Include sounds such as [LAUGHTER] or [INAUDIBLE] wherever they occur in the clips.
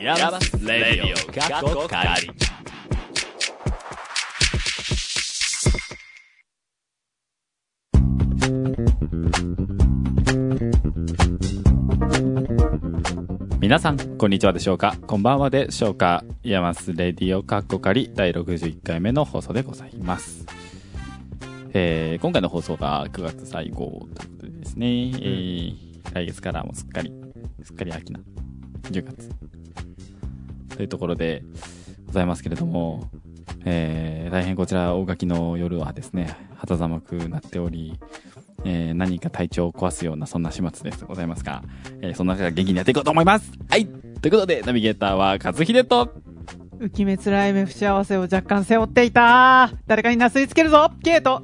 ヤマスレディオ過去仮皆さんこんにちはでしょうかこんばんはでしょうかヤマスレディオ過去仮第61回目の放送でございますえー今回の放送が9月最後ということでですね、えー来月からもうすっかり、すっかり秋な10月というところでございますけれども、えー大変こちら大垣の夜はですね、肌寒くなっており、えー何か体調を壊すようなそんな始末ですございますが、えーそんな中元気にやっていこうと思いますはいということで、ナビゲーターは和秀と、浮き目つらい目不幸せを若干背負っていた誰かになすりつけるぞゲート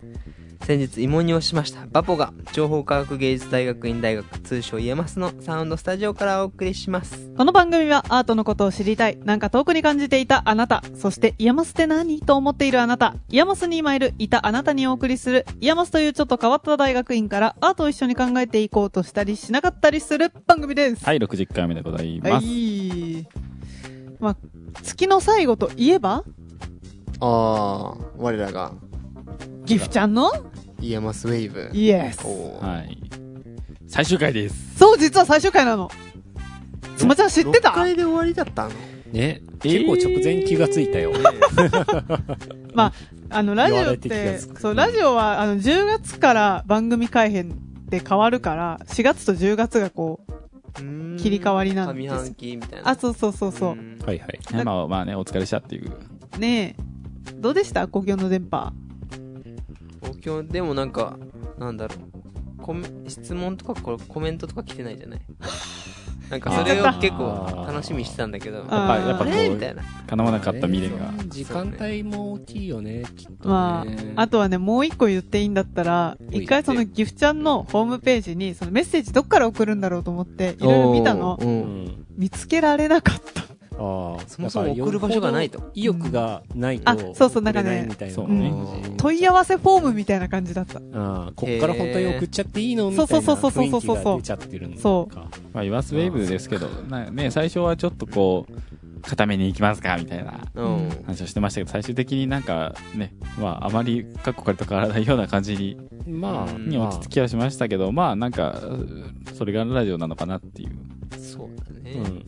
先日芋煮をしましたバポが情報科学芸術大学院大学通称イエマスのサウンドスタジオからお送りしますこの番組はアートのことを知りたい、なんか遠くに感じていたあなた、そしてイヤマスって何と思っているあなた、イヤマスに今いる、いたあなたにお送りする、イヤマスというちょっと変わった大学院からアートを一緒に考えていこうとしたりしなかったりする番組です。はい、60回目でございはます。い。まあ、月の最後といえば、ああ我らがギフちゃんのイエマスウェーブイエス。おはい。最終回です。そう、実は最終回なの。つまちゃん知ってたで終わりだったのね、結構直前気がついたよ。まあ、あの、ラジ言わオっれて気がて、つくそう、ラジオは、あの、10月から番組改編で変わるから、4月と10月がこう、切り替わりなんです上半期みたいなあ、そうそうそうそうう。んはいはい。 [LAUGHS] まあ、まあね、お疲れしたっていう。ねえ、どうでした公共の電波。東京でもなんかなんだろうコメ質問とかこれコメントとか来てないじゃない [LAUGHS] なんかそれを結構楽しみにしてたんだけどあーやっぱあやっぱこうれみたいな叶わなかった未練が。時間帯も大きいよね、きっと、ね。まあ、あとはね、もう一個言っていいんだったら、い一回そのギフちゃんのホームページに、そのメッセージどっから送るんだろうと思って、いろいろ見たのおー。ううんん。見つけられなかった。ああ、そもそも送る場所がないとやっぱよほど意欲がないと、あそうそうなんかね送れいみたいなそうねうん問い合わせフォームみたいな感じだった。ああこっから本当に送っちゃっていいのみたそういそなうそうそうそう雰そう囲気が出ちゃってるのか。そうまあ、イワスウェーブですけど、なね、最初はちょっとこう、固めに行きますか、みたいなうん話をしてましたけど、最終的になんかね、まあ、あまり、かっこかりと変わらないような感じに、まあ、うんに落ち着きはしましたけど、まあ、なんか、それがラジオなのかなっていう。そうだね、うん。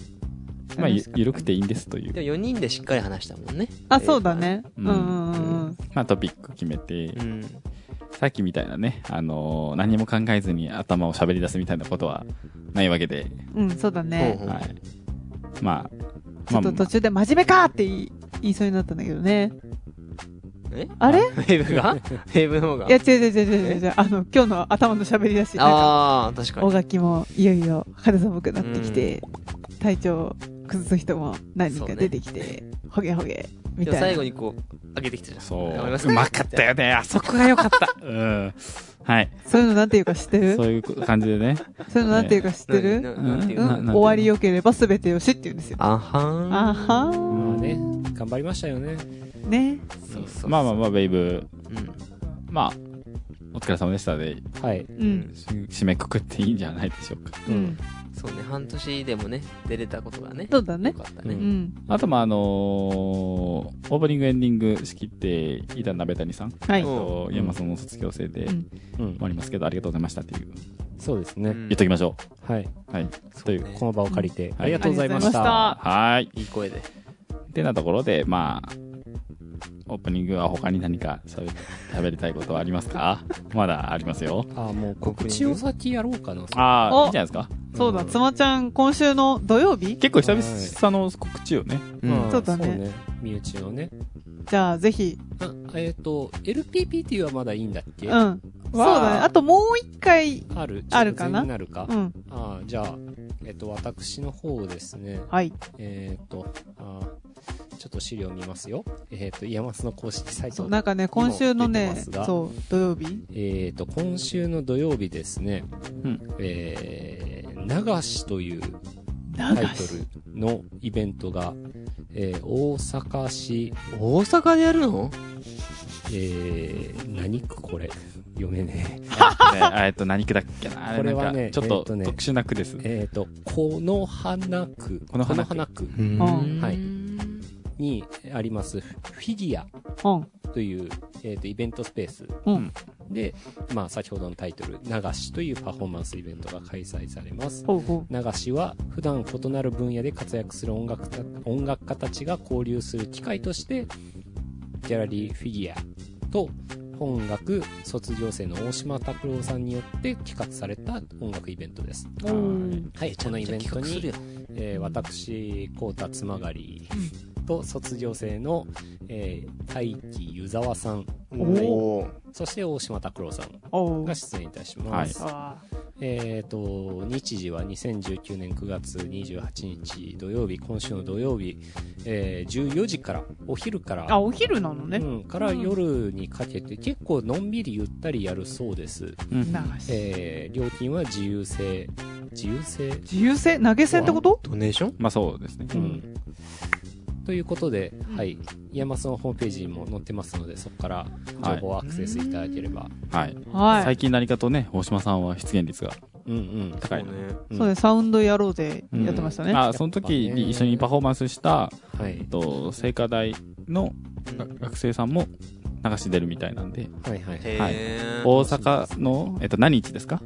まあ、ゆ楽しかった緩くていいんですという。でも4人でしっかり話したもんね。あ、そうだ。ね。ううんんうんうんうん。まあ、トピック決めてう、ん。さっきみたいなね、あのー何も考えずに頭を喋り出すみたいなことはないわけで、うん、そうだね。ほうほうはい。まあ、ちょっと途中で真面目かって言い言いそうになったんだけどね。えあれウェーブがウェーブの方がいや、違う違う違う違う違う。あの、今日の頭の喋りだし、なんかああ、確か大に。垣もいよいよ肌寒くなってきて、体調を崩す人も何人か出てきて、ほげほげ、みでもた最い後な。にこう、上げてきたじゃん。そう。頑張りますうまかったよね。あそこが良かった。うん。はい。そういうのなんていうか知ってるそそうういう感じでね。いうのなんていうか知ってるなうなんていうんうのななんてい終わり良ければ全てよしって言うんですよ。あはーん。あはーまあね、頑張りましたよね。ね。そうそう。まああ。まあまあ、ベイブ。うん。まあ、お疲れ様でしたで、しはい。うん。締めくくっていいんじゃないでしょうか。うん。そうね、半年でもね、出れたことがね。そうだねよ。かったうね。ん。あと、まあ、あのーオープニングエンディング仕切っていた鍋谷さんはい。うんとうん山さんの卒業生でう終んうん。わりますけど、ありがとうございましたっていう、そうですね。うん言っときましょはい。う。はい。という。この場を借りて、ありがとうございましありがとうございましたた。はい。いい声で。ってなところで、まあ、オープニングは他に何か喋り喋りたいことはありますかまだありますよ。ああ、もう告知を先やろうかな。あおあ、いいじゃないですか。そうだ、つまちゃん、今週の土曜日結構久々の告知よね。うんんそうだね身内のね。じゃあ、ぜひ、あえっ、と、LPPT はまだいいんだっけ、うん。そうだね。あともう一回、あるあるかな直前になるか、うん。ああじゃあ、えっ、と、私の方ですね。はい。えっ、と、ああちょっと資料見ますよ。えっ、と、イヤマスの公式サイそトう、。なんかね、今週の今出てねます、がそう、土曜日。えっ、と、今週の土曜日ですね。うんえー、流しというなタイんかトルのイベントが、えー大阪市、大阪でやるのえー、何区これ読めねあねえっと、何区だっけなあこれはなんかねちょっえとっとね特殊な区です。え。えっ、と、この花区、この花区区んはいうんにあります、フィギュうん。アという、えっ、と、イベントスペースうん。で、まあ、先ほどのタイトル、流しというパフォーマンスイベントが開催されます。ほうほ流しは普段異なる分野で活躍する音楽た音楽家たちが交流する機会としてギャラリーフィギュアと本学卒業生の大島拓郎さんによって企画された音楽イベントです。う。うん。はい、このイベントに、えー私、コータつまがりと卒業生の、えー大輝湯沢さん、おーそして大島拓郎さんおうが。出演いたします。あえー、と日時は2019年9月28日土曜日今週の土曜日、えー14時からお昼からーあ、お昼なのうね。ん、から夜にかけて結構のんびりゆったりやるそうです、うん流し。えー料金は自由制自由制、自由性投げ銭ってことドネーションまあそうですね。ううんん、ということで、はい、山スのホームページにも載ってますのでそこから情報アクセスいただければ、はい。は最近何かとね、大島さんは出現率がうんうん高いのそうで。ねい。そうで、サウンドやろうぜ、やってましたね。あ、その時に一緒にパフォーマンスした、はえっい、と、聖火台のが学生さんも流し出るみたいなんで、はいはいへはいえ大阪の、えっと、何日ですか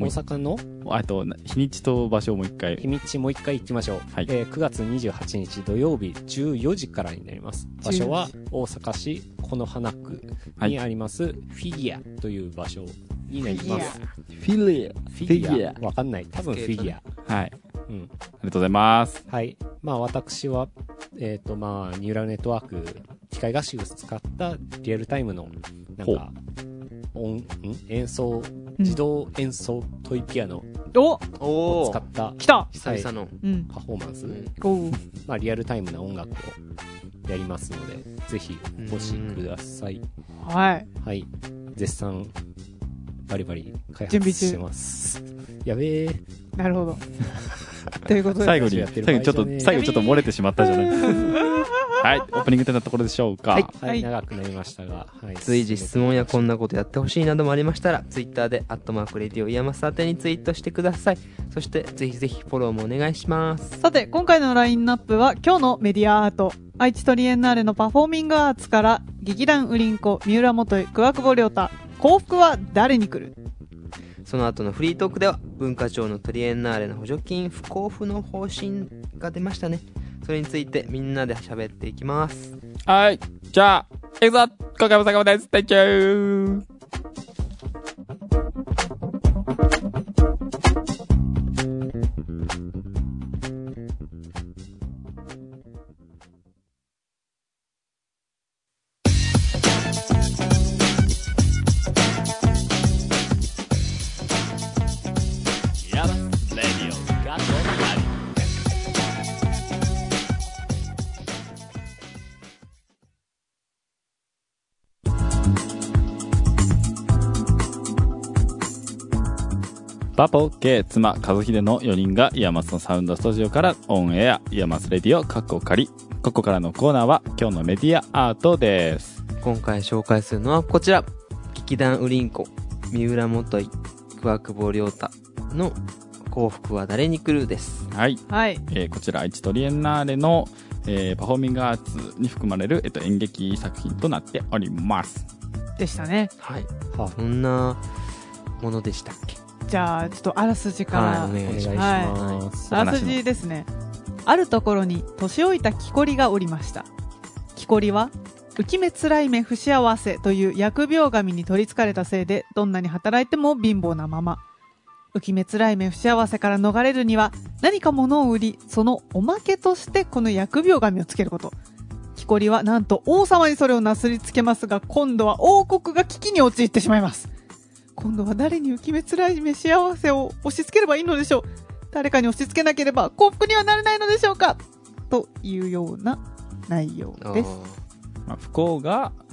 大阪のあと、日にちと場所をもう一日回。にちもう一回行きましょう、はいえー9月28日土曜日14時からになります場所は大阪市此花区にありますフィギュアという場所になりますフィリフィギュアわかんない多分フィギュア、ア。はい。ありうん、がとうございます。はいまあ私はえっ、とまあニューラルネットワーク機械学習を使ったリアルタイムのなんか音ん演奏自動演奏トイピアノおおをお使った来た久々のうん。パフォーマンス、うんおう。まあ、リアルタイムな音楽をやりますので、ぜひお越しください。はい。はい。絶賛、バリバリ開準備中発してます。やべえ。なるほど。ということで。最後に、最後にちょっと、最後にちょっと漏れてしまったじゃないはい、オープニングってなところでしょうか。はい、はい長くなりましたが、はい。随時質問やこんなことやってほしいなどもありましたら、ツイッターで、アットマークレディオイヤマス宛てにツイートしてください。そして、ぜひぜひフォローもお願いします。さて、今回のラインナップは、今日のメディアアート。愛知トリエンナーレのパフォーミングアーツから、劇団ウリンコ、三浦元井、桑久保良太、幸福は誰に来るその後のフリートークでは、文化庁のトリエンナーレの補助金不交付の方針が出ましたね。それについてみんなで喋っていきます。はい、じゃあ、いくぞ今回も最後まで、Thank you! バポ、ケイ、妻、和秀の4人がイヤマスのサウンドスタジオからオンエア、イヤマスレディをカッコ仮。ここからのコーナーは今日のメディアアートです。今回紹介するのはこちら劇団ウリンコ三浦元井桑久保良太の「幸福は誰に来る」ですはい。はい。えーこちら愛知トリエンナーレの、えーパフォーミングアーツに含まれる、えっと演劇作品となっております。でしたね。はいはそんなものでしたっけじゃあ、ちょっとあらすじかはら。いお願い、お願いいししま。ますあらすじですね。あるところに年老いた木こりがおりました。木こりは、浮き目つらい目不幸せという疫病神に取りつかれたせいで、どんなに働いても貧乏なまま。浮き目つらい目不幸せから逃れるには、何か物を売り、そのおまけとしてこの疫病神をつけること。木こりはなんと王様にそれをなすりつけますが、今度は王国が危機に陥ってしまいます。今度は誰に浮き目つらい目幸せを押し付ければいいのでしょう誰かに押し付けなければ幸福にはなれないのでしょうかというような内容です。まあ、不幸が、うん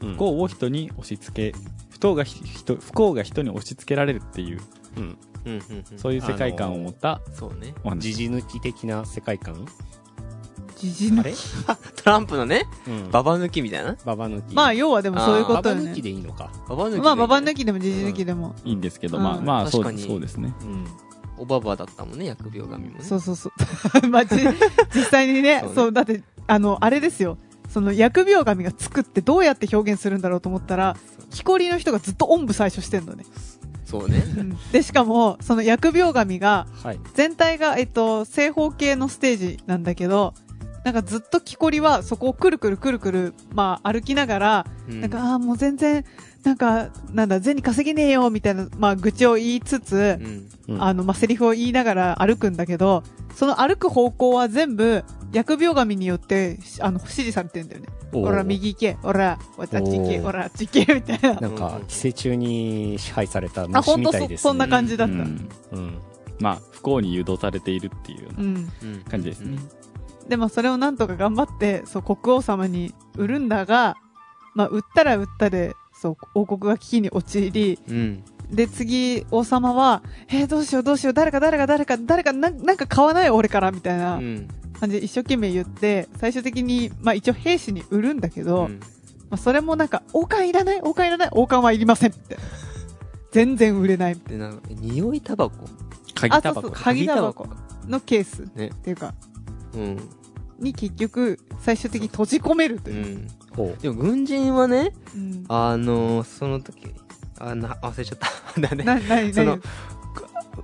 不幸を人に押し付け、不幸がひ人、不幸が人に押し付けられるっていう、うんうんうんうんそういう世界観を持ったそうねお話。時事抜き的な世界観じ抜あれトランプのね、うんババ抜きみたいなババ抜き。まあ、要はでもそういうこバとバよ抜ねき。でいいのか。ババ抜きまあ、ババ抜き。きでもじじ抜きでも。いいんですけど、うんまあ、まあ、そう確かにそうですね。うん。おばばだったもんね、疫病神もね。そうそうそう。 [LAUGHS] まあ、じ実際にねそう、ねそう、だって、あの、あれですよ。その、疫病神が作ってどうやって表現するんだろうと思ったら、木こりの人がずっとおんぶ最初して [LAUGHS] んのね。そうね。うんで、しかも、その疫病神が、はい。全体が、えっと、正方形のステージなんだけど、なんかずっと木こりはそこをくるくるくるくる、まあ歩きながら、うんなんか、ああー、もう全然、なんか、なんだ、銭稼げねえよ、みたいな、まあ愚痴を言いつつう、ん。うんあの、まあ、セリフを言いながら歩くんだけど、その歩く方向は全部、疫病神によって、しあの、指示されてんだよね。おーおら、右行け、おら、あっち行け、おーおら、あっち行け、みたいな。なんか、寄生虫に支配されたあ、虫本み当たそい、ですね。そんな感じだった。う。うんんうん。まあ、不幸に誘導されているっていうようなうん感じですね。で、まあ、それをなんとか頑張って、そう、国王様に売るんだが、まあ、売ったら売ったで、そう、王国が危機に陥り、うん。で、次、王様は、えー、どうしようどうしよう、誰か誰か誰か、誰か、なんなんか買わない俺から、みたいな。うん。感じで一生懸命言って、最終的に、まあ一応兵士に売るんだけど、うまんあそれもなんか、王冠いらない王冠いらない王冠はいりませんって。全然売れない。で、なんか、匂いタバコ鍵タバあコそう。そう鍵タバコ鍵のケース。ねっていうか、うん。に結局、最終的に閉じ込めるとういう。ん。ほう。でも、軍人はね、うん。あのー、その時、あ、な、忘れちゃった。 [LAUGHS] だね。な、なにそなのに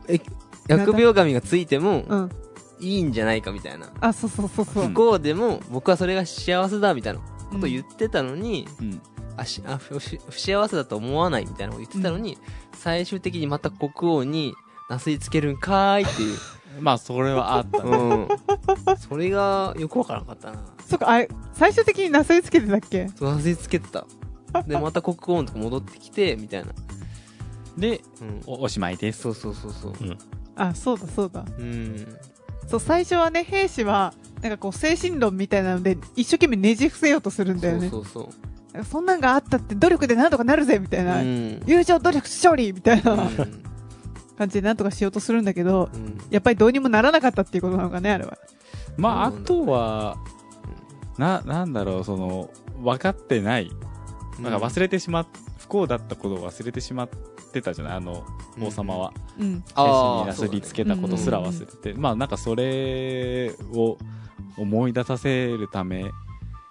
え疫病神がついてうも、ん。いいんじゃないかみたいな。あ、そうそうそうそう。う不ん幸でも、僕はそれが幸せだ、みたいなことを言ってたのに、うん。あしあふふ不幸せだと思わないみたいなこと言ってたのに、最終的にまた国王になすりつけるんかーいっていう、まあ、それはあった。うん、それがよくわからなかったなそっか、あれ、最終的になすりつけてたっけそうなすりつけてたでまた国王のとこ戻ってきてみたいな、 [LAUGHS] で、うん、おおしまいですそ。うそうそうそう [LAUGHS] あ、そうだそうだ。うんそう、最初はね、兵士は、なんかこう、精神論みたいなので、一生懸命ねじ伏せようとするんだよね。そうそうそうなんかそんなんがあったって努力でなんとかなるぜみたいな、うん友情努力勝利みたいなうん感じでなんとかしようとするんだけど、うんやっぱりどうにもならなかったっていうことなのかね、あれは。まあ、あそうなんだとは、な、なんだろう、その、分かってない。なんか忘れてしまっ、不幸だったことを忘れてしまってたじゃないあの、王様は。う精ん。神にあーなすりつけそうだたねことすら忘れて、まあなんかそれを思い出させるため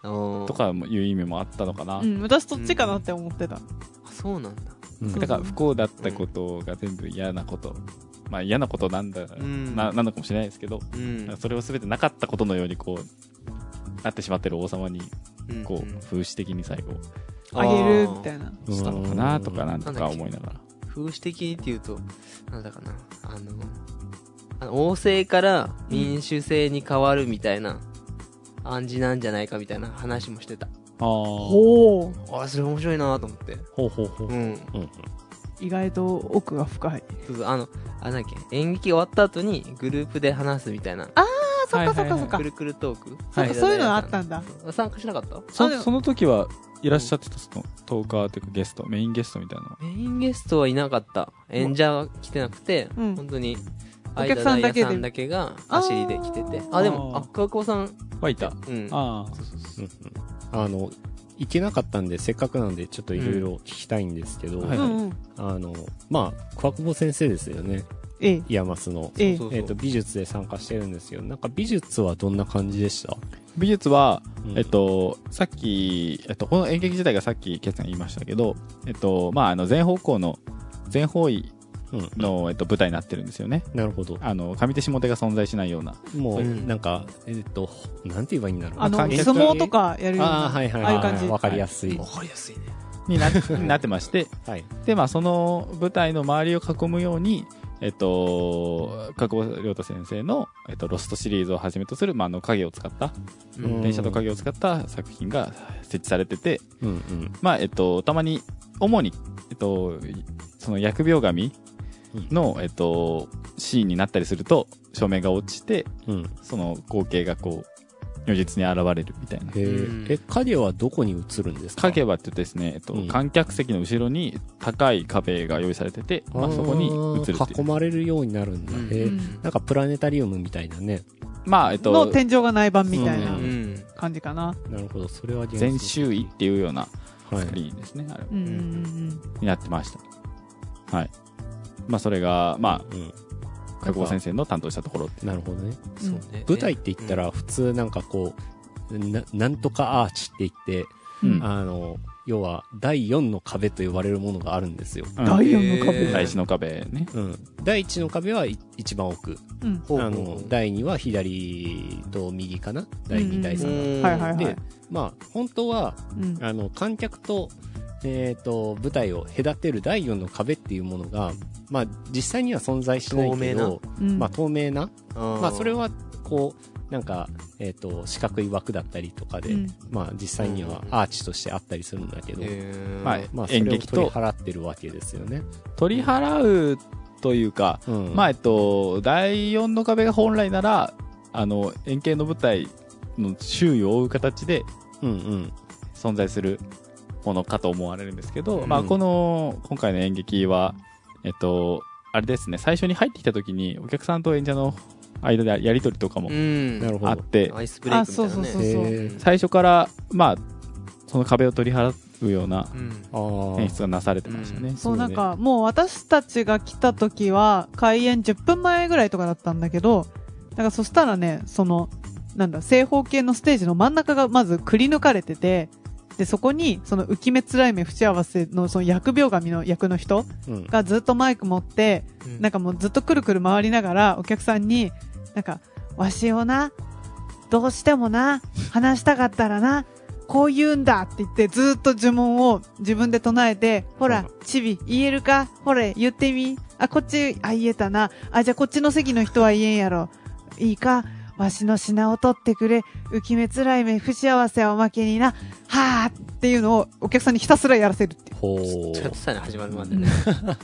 ととかいう意味もあったのかな、うん、私そっちかなって思ってた。そうなんだうんだから不幸だったことが全部嫌なこと、まあ嫌なことなんだ、んななのかもしれないですけど、うんなんかそれを全てなかったことのようにこうなってしまってる王様にこう風刺的に最後あげるみたないな。したのかなとかなんんとか思いながら風刺的にっていうとなんだかなあのあの王政から民主制に変わるみたいな暗示なんじゃないかみたいな話もしてたあほほう。あれそれ面白いなと思ってほうほうほううんうん。意外と奥が深い。そうそうあのあなんだっけ演劇が終わった後にグループで話すみたいなあ、そっかそっかそっかく。るくるトークそうかそういうのがあったんだそう参加しなかったそあでもその時はいらっしゃってたそのトーカーというかゲストメインゲストみたいなのはメインゲストはいなかった演者は来てなくて、うん本当にお客さんだけで相田大也さんだけが走りで来ててああーでもあ桑子さんはいたうんああそうそうそうあの、行けなかったんで、せっかくなんで、ちょっといろいろ聞きたいんですけど、うんはいうんうん。あの、まあ、桑久保先生ですよね、ええ。イヤマスの。ええそう。そうえっと、美術で参加してるんですよ。なんか美術はどんな感じでした、美術は、うんえっ、と、さっき、えっと、この演劇自体がさっき、ケツさん言いましたけど、えっと、まあ、あの、全方向の、全方位うん。の、えっと、舞台になってるんですよね。なるほど。あの、上手下手が存在しないような。もう、うんなんか、えっ、と、なんて言えばいいんだろう。あの、観相客撲とかやるようあな。あ、はいはいあはあい。いう感じ。わかりやすい。わかりやすいねに [LAUGHS] なになってまして、はい。で、まあ、その舞台の周りを囲むように、えっと、加久保亮太先生の、えっと、ロストシリーズをはじめとする、まあ、あの、影を使った、うん電車と影を使った作品が設置されてて、うんうん。まあ、えっと、たまに、主に、えっと、その疫病神の、えっと、シーンになったりすると、照明が落ちて、うん。その光景がこう、如実に現れるみたいなへ。うんえ、え、影はどこに映るんですか影はってですね、えっと、うん観客席の後ろに高い壁が用意されてて、まあ、そこに映るってあーい囲う。まれるようになるんだ。うんへえうんなんかプラネタリウムみたいなね。まあ、えっのと、天井がない版みたいなううん。感じかな。なるほど、それは幻想全周囲っていうようなはスクい。リーンですね、あれはうんうんうんになってました。はい。まあ、それが、まうんあ、角子先生の担当したところってなるほどね。うんそうね。舞台って言ったら、普通なんかこう、ななんとかアーチって言って、うんあの、要は第4の壁と呼ばれるものがあるんですよ。うんダイヤのえ壁ー第一の壁ね。うん。第1の壁はい一番奥。うんほうほあうほうの、第2は左と右かな第うんうん2、第う3。んはいはいはいで。、まあ、本当は、うんあの、観客と、えっ、と、舞台を隔てる第4の壁っていうものが、まあ、実際には存在しないけど、うんまあ、透明な、あーまあ、それは、こう、なんか、えっ、と、四角い枠だったりとかで、うんまあ、実際にはアーチとしてあったりするんだけど、へーまあまあ、それ演を取劇りと払ってるわけですよね。取り払うというか、うん。まあ、えっと、第4の壁が本来なら、あの、円形の舞台の周囲を覆う形でうんうん。存在するものかと思われるんですけど、うんまあ、この、今回の演劇は、えっと、あれですね、最初に入ってきた時に、お客さんと演者の間でやり取りとかもうん。なるほあっど。て、アイスブレイクみたいなね。あそうそうそうへそうー最初から、まあ、その壁を取り払うようなうん。あー演出がなされてましたね。そうそうなねんかもう私たちが来た時は開演10分前ぐらいとかだったんだけどなんかそしたらねそのなんだ正方形のステージの真ん中がまずくり抜かれててでそこにその浮き目つらい目不幸せのその疫病神の役の人うん。がずっとマイク持ってうんなんかもうずっとくるくる回りながらお客さんになんかわしをなどうしてもな話したかったらなこう言うんだって言ってずっと呪文を自分で唱えてほらチビ言えるかほれ言ってみあこっちあ言えたなあじゃあこっちの席の人は言えんやろいいかわしの品を取ってくれ浮き目つらい目不幸せはおまけになはあっていうのをお客さんにひたすらやらせるっていうほちょっとう。さね、始まるまでね。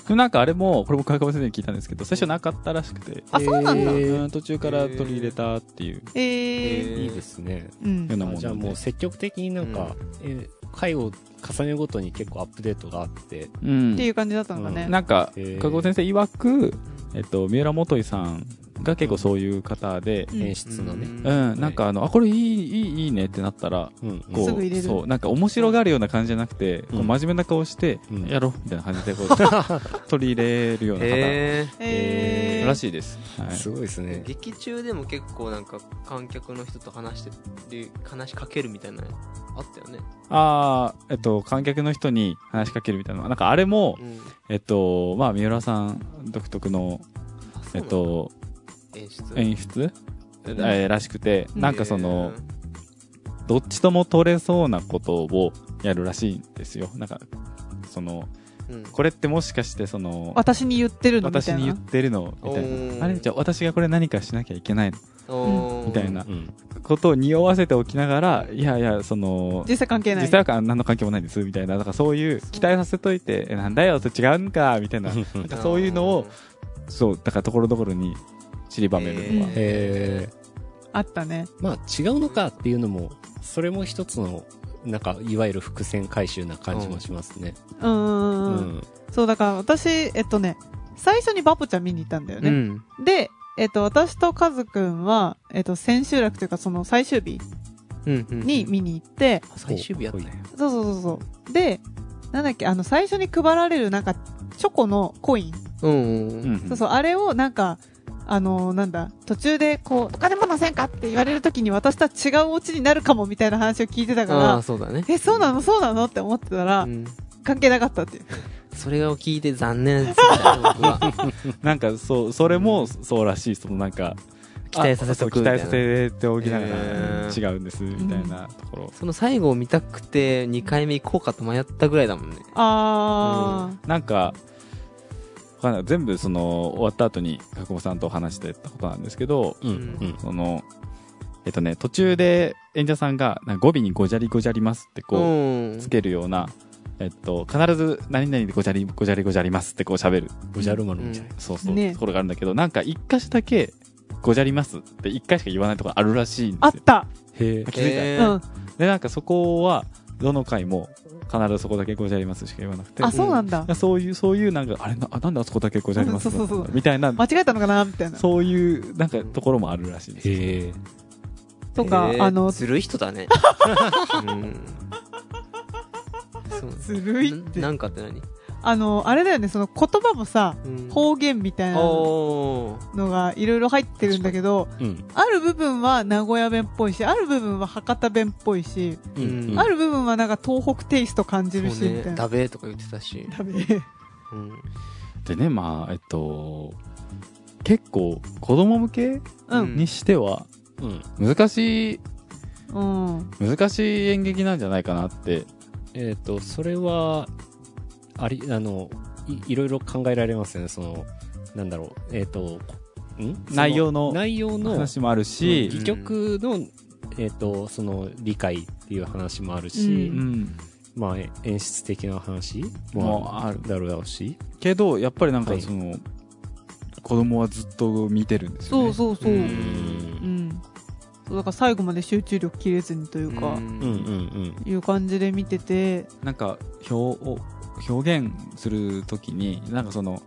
なんかあれも、これも川上先生に聞いたんですけど、最初なかったらしくて、あそうなんだへーうん途中から取り入れたっていうよえー、えいいですね。うんうなもあのじでゃあもう積極的になんか、えー回を重ねるごとに結構アップデートがあって、うんっていう感じだったのかね、なんかへー加護先生曰く、えっと、三浦元井さんが結構そういう方で、うん演出のね。うんなんかあのあこれいいいいいいねってなったらうん。こうすぐ入れるそうなんか面白がるような感じじゃなくて、こう真面目な顔して、うんやろうみたいな感じでこう取り入れるような方へえーらしいです、はい、すごいですえね。劇中でも結構なんか観客の人と話してる話しかけるみたいなのあったよね、ああえっと観客の人に話しかけるみたいななんかあれもうん、えっとまあ三浦さん独特のあそうえっなんだと演出演出、えーらしくてうんなんかその、どっちとも取れそうなことをやるらしいんですよ。なんか、その、へーうんこれってもしかしてその、私に言ってるのみ私たいに言っな。てるのみたおいーな。あれじゃあ私がこれ何かしなきゃいけないのおーみたいなうん。ことを匂わせておきながら、いやいや、その、実際関係ない。実際は何の関係もないんです、みたいな。なんかそういう、期待させといて、えなんだよ、それ違うんか、みたい [LAUGHS] な。なんかそういうのを、そう、だからところどころに散りばめるのが。えーあったね。まあ違うのかっていうのも、それも一つの、なんか、いわゆる伏線回収な感じもしますね。うー,、うんん。。そう、だから私、えっとね、最初にバポちゃん見に行ったんだようね。んで、えっと、私とカズくんは、えっと、千秋楽というかその最終日うんうんに見に行って、あ最終日やったんやそうそうそうそう。で、なんだっけ、あの、最初に配られるなんか、チョコのコイン。うんうんうんんそうそう、あれをなんか、あのーなんだ、途中でこう、お金もませんかって言われるときに私とは違うお家になるかもみたいな話を聞いてたかああら、そうだねえ、そうなのそうなのって思ってたら、うん関係なかったっていう。それを聞いて残念 [LAUGHS] ですみたいな僕はなんか、そう、それもそうらしい、そのなんか、期待させとくあみそたう期待いさなせておきながら、えー違うんですみたいなところ、その最後を見たくて2回目行こうかと迷ったぐらいだもんねあー。なんかわかんない全部その終わった後に角本さんと話してたことなんですけどうん。うん。そのえっとね途中で演者さんがなんか語尾に「ごじゃりごじゃります」ってこううんつけるような、えっと、必ず「何々でごじゃりごじゃりごじゃります」ってこう喋るおじゃる丸みたいな。そうそう、ねところがあるんだけどなんか一箇所だけ「ごじゃります」って一回しか言わないところあるらしいんであっすよた。気づいたへうーん。でなんかそこはどの回も必ずそこだけゴジャリますしか言わなくてあ、そうなんだ。そういうそういうなんかあれなあなんであそこだけゴジャリますそうそうそうみたいな間違えたのかなみたいな。そういうなんかところもあるらしいですよへえ。とかえ、ーあの、ずるい人だ [LAUGHS] ね。うん。そうずるいってな。なんかって何あの、あれだよね、その言葉もさ、うん方言みたいなのおーがいろいろ入ってるんだけど、うん。ある部分は名古屋弁っぽいし、ある部分は博多弁っぽいし、う。うんんある部分はなんか東北テイスト感じるし、そうみねたい、な。だべーとか言ってたし。だめ。うん。でねまあえっと結構子供向けうん。にしてはうん。難しい [LAUGHS] うん。難しい演劇なんじゃないかなってえっ、と、それは、あり、あの、いいろいろ考えられますよね。その、なんだろう。えっ、と、んそ内容の内容の、話もあるうん戯し、曲の、えっ、と、その、理解っていう話もあるし、ううんん、まあ、え演出的な話ももああるるだろうし、けどやっぱりなんはかいその、子供はずっと見てるんですよそねうそうそう。ううんん。そうだから最後まで集中力切れずにというか、うんうんうん。いう感じで見てて、なんか表を表現するときになんかその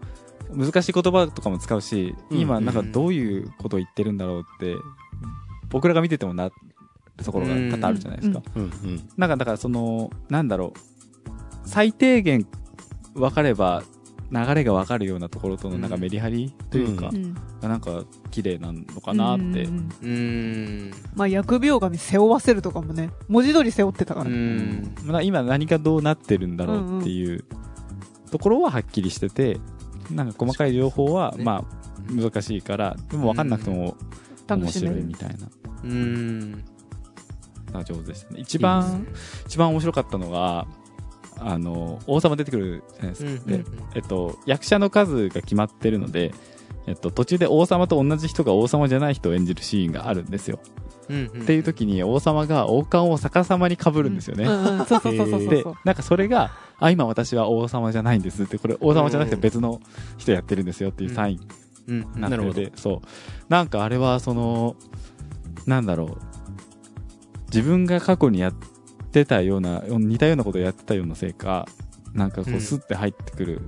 難しい言葉とかも使うし、うん今なんかどういうことを言ってるんだろうって僕らが見ててもなるところが多々あるじゃないですか、うんうんうん。なんかだからそのなんだろう最低限分かれば流れが分かるようなところとのなんかメリハリというかう、うん。がなんか綺麗なのかなって、うんうんうんうん。まあ、疫病神背負わせるとかもね、文字通り背負ってたからうね。ん。まあ今何がどうなってるんだろうっていうところははっきりしててなんか細かい情報はそうねまあ難しいからでも分かんなくても楽面しめ白いるみ。たいなうん。のが上手でしたね一番一番面白かったのがあの王様出てくるじゃないですうか、ん。でえっと、役者の数が決まってるので、えっと、途中で王様と同じ人が王様じゃない人を演じるシーンがあるんですよ、うんうん。っていう時に王様が王冠を逆さまにかぶるんですよね、うんうんそうそうそうそうそう。で、なんかそれが、あ、今私は王様じゃないんですって、これ王様じゃなくて別の人やってるんですよっていうサインうん。になってうるんなるで、そう。なんかあれは、その、なんだろう。自分が過去にやってたような、似たようなことをやってたようなせいか、なんかこううんスッて入ってくる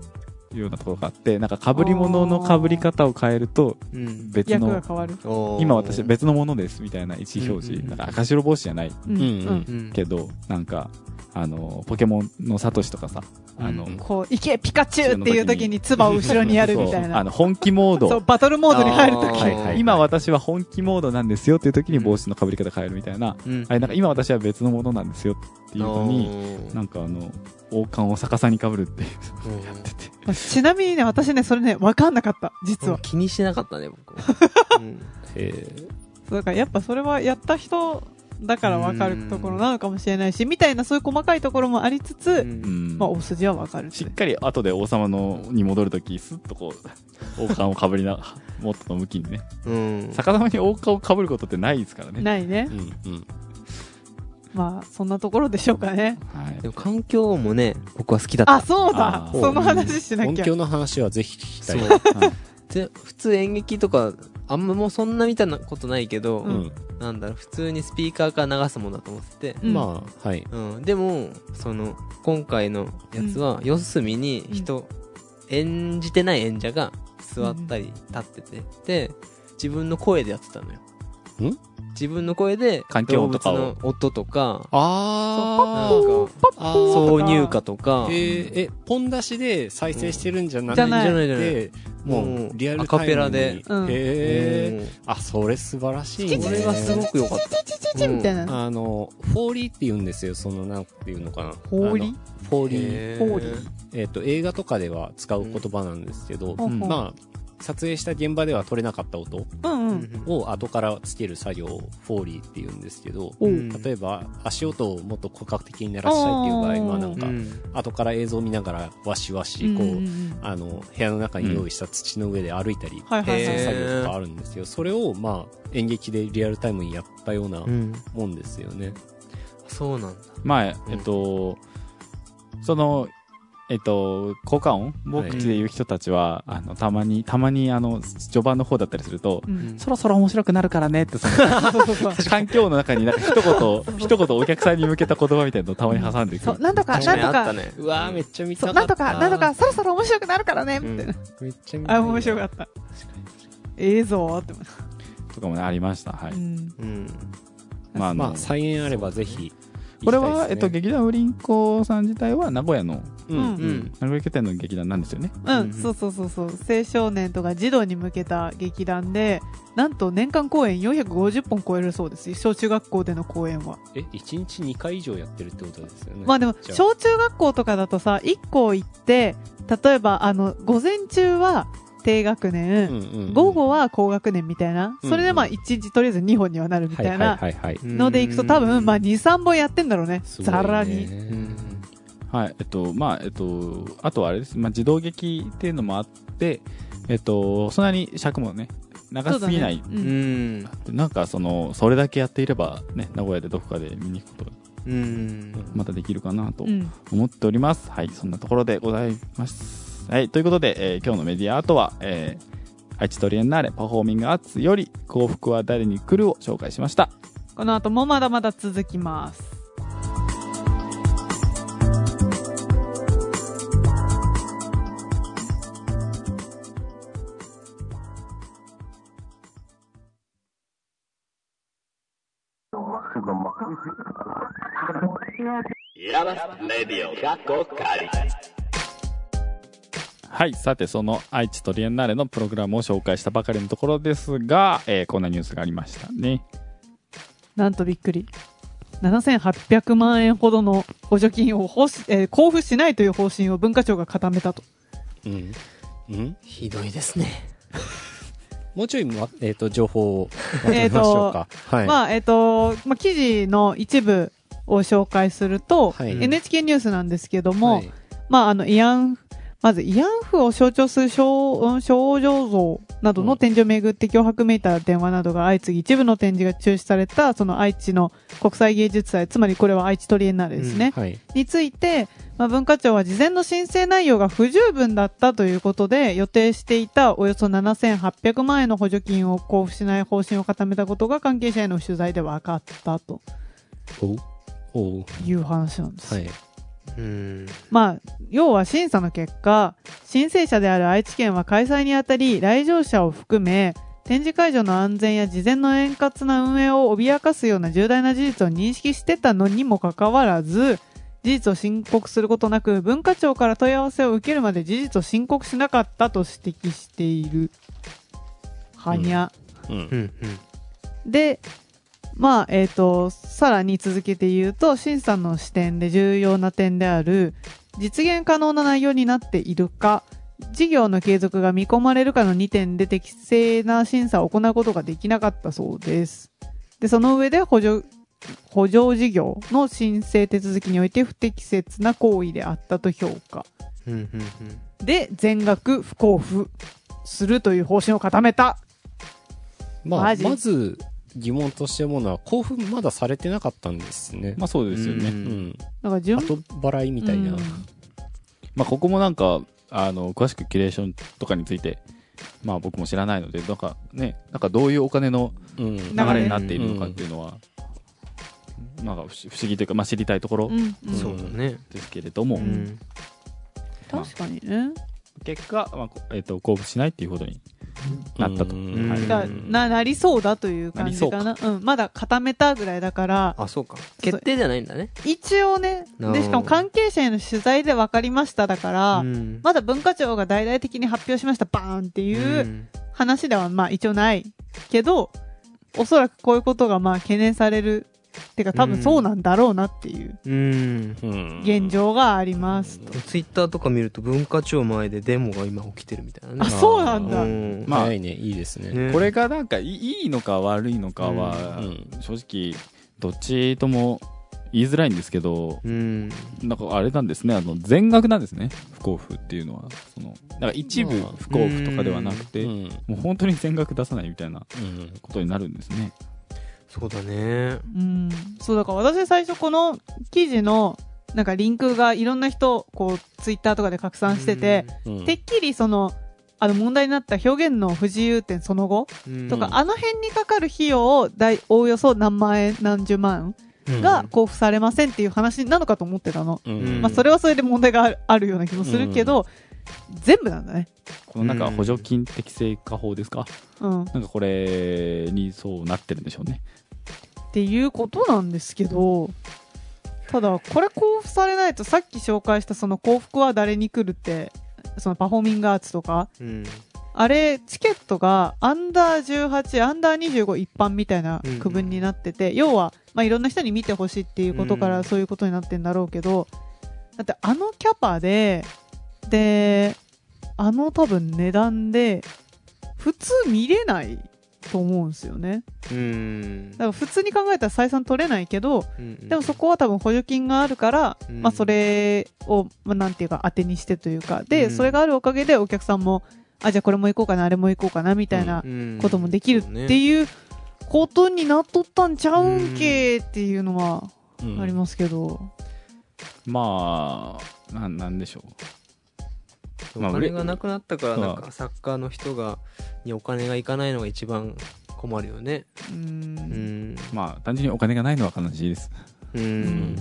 ようなところがあって、なんか被り物の被り方を変えると、うん。別役がの、変わる。おー今私別のものですみたいな意思表示。うんなんか赤白帽子じゃない。うんうんうんうん。けど、なんか、あの、ポケモンのサトシとかさ、あの、うんこう、行けピカチュウっていう時に唾を後ろにやるみたそいうあな。の、本気モーそう、ド。バトルモードに入るあ時ーはいはい今私は本気モードなんですよっていう時に帽子の被り方変えるみたいな。うんあれ、なんか今私は別のものなんですよっていうのに、おーなんかあの、王冠を逆さに被るっていううんやってて。ちなみにね、私ね、それね、わかんなかった、実は。気にしてなかったね、僕。うんえーそうだからやっぱそれはやった人だからわかるところなのかもしれないし、みたいなそういう細かいところもありつつ、ううんんまあ、お筋はわかるってしっかり後で王様のに戻るとき、スッとこう、王冠を被りな、元の向きにね。うん。逆さまに王冠を被ることってないですからね。ないねう。んうん。まあ、そんなところでしょうかね。はいで。も環境音もね、僕は好きだったあ、。そうだあーその話しな音きゃ。響の話はぜひ聞きたい。そうはいで普通演劇とか、あんまもうそんな見たことないけど、うん。なんだろう、普通にスピーカーから流すものだと思ってて。うんまあ、はい。うん。でも、その、今回のやつは、四隅に人、演じてない演者が座ったり立ってて、で、自分の声でやってたのよ。ん自分の声で、環境音とかを動物の音とか、なんか、ああ挿入歌とか、えーえ、ポン出しで再生してるんじゃなくじゃないじゃないじゃないて、もうリアルタイムに。アカペラでうんへえ。あ、それ素晴らしいね。これはすごく良かっチチチチチみたいな。あの、フォーリーって言うんですよ。その、なんていうのかな。フォーリーあのフォーた。リー。へホーリーえっと、映画とかでは使う言葉なんですけど、ほうほうまあ、撮影した現場では撮れなかった音うんうん。を後からつける作業をフォーリーって言うんですけど、おううん例えば足音をもっと骨格的に鳴らしたいっていう場合は、なうんうか、ん後から映像を見ながらわしわし、こう、んんんあの、部屋の中に用意した土の上で歩いたり、はいはいはそういいうへー作業とかあるんですよ。それを、まあ、演劇でリアルタイムにやったようなうんもんですよね。そうなんだ。まあ、えっと、その、えっと、効果音を口で言う人たちは、あの、たまに、たまに、あの、序盤の方だったりすると、うんそろそろ面白くなるからねって、その、環境の中になんか一言、一言お客さんに向けた言葉みたいなのをたまに挟んでいそくう、。なんとか、なんとあったか、ね。うわーめっっちゃ見たそかう、なったんとか、なんとか、そろそろ面白くなるからね、みたいな。めっちゃ見たあ、面白かった。ええぞーって思った。とかもね、ありました。はい。うんうん。まあ、あまのあ、、再演あればぜひ、これは、えっと、行き劇団ウリンコさん自体は名古屋の、たいですね、うんうん。名古屋拠点の劇団なんですよね。ううんん、そうそうそうそう青少年とか児童に向けた劇団でなんと年間公演450本超えるそうです小中学校での公演はえ、1日2回以上やってるってことですよね。まあでもじゃあ小中学校とかだとさ1校行って例えばあの午前中は低学うん年、うんうん午後は高学年みたいな、うんそれでまあ1日とりあえず2本にはなるみたいなはいはいはいはい。のでいくと多分まあに。 23本やってんだろうねすごいねざらにうん。はい、えっと、まあ、えっと、あとはあれです。まあ、自動劇っていうのもあって、えっと、そんなに尺もね、長すぎない。そうだうねうんん。なんか、その、それだけやっていれば、ね、名古屋でどこかで見に行くことがうん。またできるかなとうん思っております。はい、そんなところでございます。はい、ということで、えー今日のメディアアートは、えー愛知トリエンナーレパフォーミングアーツより幸福は誰に来るを紹介しました。この後もまだまだ続きますはい。さて、その愛知トリエンナーレのプログラムを紹介したばかりのところですが、えーこんなニュースがありましたね。なんとびっくり。7800万円ほどの補助金を奉仕えー交付しないという方針を文化庁が固めたと。うん。うんひどいですね。 [LAUGHS] もうちょい、ま、えっ、と、情報をまとめましょうか。はい。まあ、えっ、と、まあ、記事の一部を紹介すると、はい NHK ニュースなんですけども、はいまあ、あの、慰安婦、まず慰安婦を象徴する少うん少女像などの展示をめぐって脅迫めいた電話などが相次ぎ、一部の展示が中止された、その愛知の国際芸術祭、つまりこれは愛知トリエンナーレですね。はい。について、まあ、文化庁は事前の申請内容が不十分だったということで予定していたおよそ7800万円の補助金を交付しない方針を固めたことが関係者への取材で分かったとおうおういう話なんです、はい。うん。まあ要は審査の結果申請者である愛知県は開催にあたり来場者を含め展示会場の安全や事前の円滑な運営を脅かすような重大な事実を認識してたのにもかかわらず事実を申告することなく文化庁から問い合わせを受けるまで事実を申告しなかったと指摘しているはにゃ、うん。うん。でまあえっ、とさらに続けて言うと審査の視点で重要な点である実現可能な内容になっているか事業の継続が見込まれるかの2点で適正な審査を行うことができなかったそうですでその上で補助補助事業の申請手続きにおいて不適切な行為であったと評価うん。うん。で全額不交付するという方針を固めたまあ、マジまず疑問として思うのは、興奮まだされてなかったんですね。まあそうですよね。うんうん。なんか順後払いみたいな。うんまあ、ここもなんか、あの、詳しくキュレーションとかについて、まあ僕も知らないので、なんかね、なんかどういうお金のうん。流れになっているのかっていうのは、なんか不思不思議というか、まあ知りたいところうんうんうん。そうだね。ですけれども、ううんん。確かにね結果、まあこえっ、と、交付しないっていうことになったと。うんはいうんがななりそうだという感じかなうん、まだ固めたぐらいだからあ、そうか。決定じゃないんだね。一応ねなるほでどしかも関係者への取材で分かりましただから、んまだ文化庁が大々的に発表しましたバーンっていう話ではまあ一応ないけどおそらくこういうことがまあ懸念されるてか多分そうなんだろうなっていううん。うん現状がありますと、ツイッターとか見ると文化庁前でデモが今起きてるみたいなあね。そうなんだ、んまあ早いね、いいですね。ねこれがなんかいいいのか悪いのかは、うん正直、どっちとも言いづらいんですけど、うん。なんかあれなんですね、あの、全額なんですね、不交付っていうのは。その、なんか一部まあ不交付とかではなくて、うんもう本当に全額出さないみたいなうんことになるんですね。そうだね。うん、そうだから私最初この記事のなんかリンクがいろんな人、こう、ツイッターとかで拡散してて、うんてっきりその、あの問題になった表現の不自由点その後うんとか、あの辺にかかる費用を大、おおよそ何万円、何十万うんが交付されませんっていう話なのかと思ってたの。うんうんまあ、それはそれで問題があるあるような気もするけど、全部なんだね。このなんか補助金適正化法ですか、うん。っなんかこれにそうなってるんでしょうね。ていうことなんですけど、ただ、これ交付されないと、さっき紹介したその幸福は誰に来るって、そのパフォーミングアーツとか、うんあれ、チケットがアンダー18、アンダー25一般みたいな区分になってて、要は、まあ、いろんな人に見てほしいっていうことかうらんそういうことになってんだろうけど、だってあのキャパで、で、あの多分値段で、普通見れないと思うんですよね。うんだから普通に考えたら採算取れないけど、うんでもそこは多分補助金があるから、うんまあそれを、まあ、なんていうか当てにしてというか、で、うんそれがあるおかげでお客さんも、あ、じゃあこれも行こうかな、あれも行こうかな、みたいなうんこともできるそうっねていうことになっとったんちゃうんけっていうのはうんありますけど。まあ、なんなんでしょおまあ売れ金がなくなったからうんなんかサッカーの人がにお金がいかないのが一番困るよねう。うんんう。まあ、単純にお金がないのは悲しいです。うん、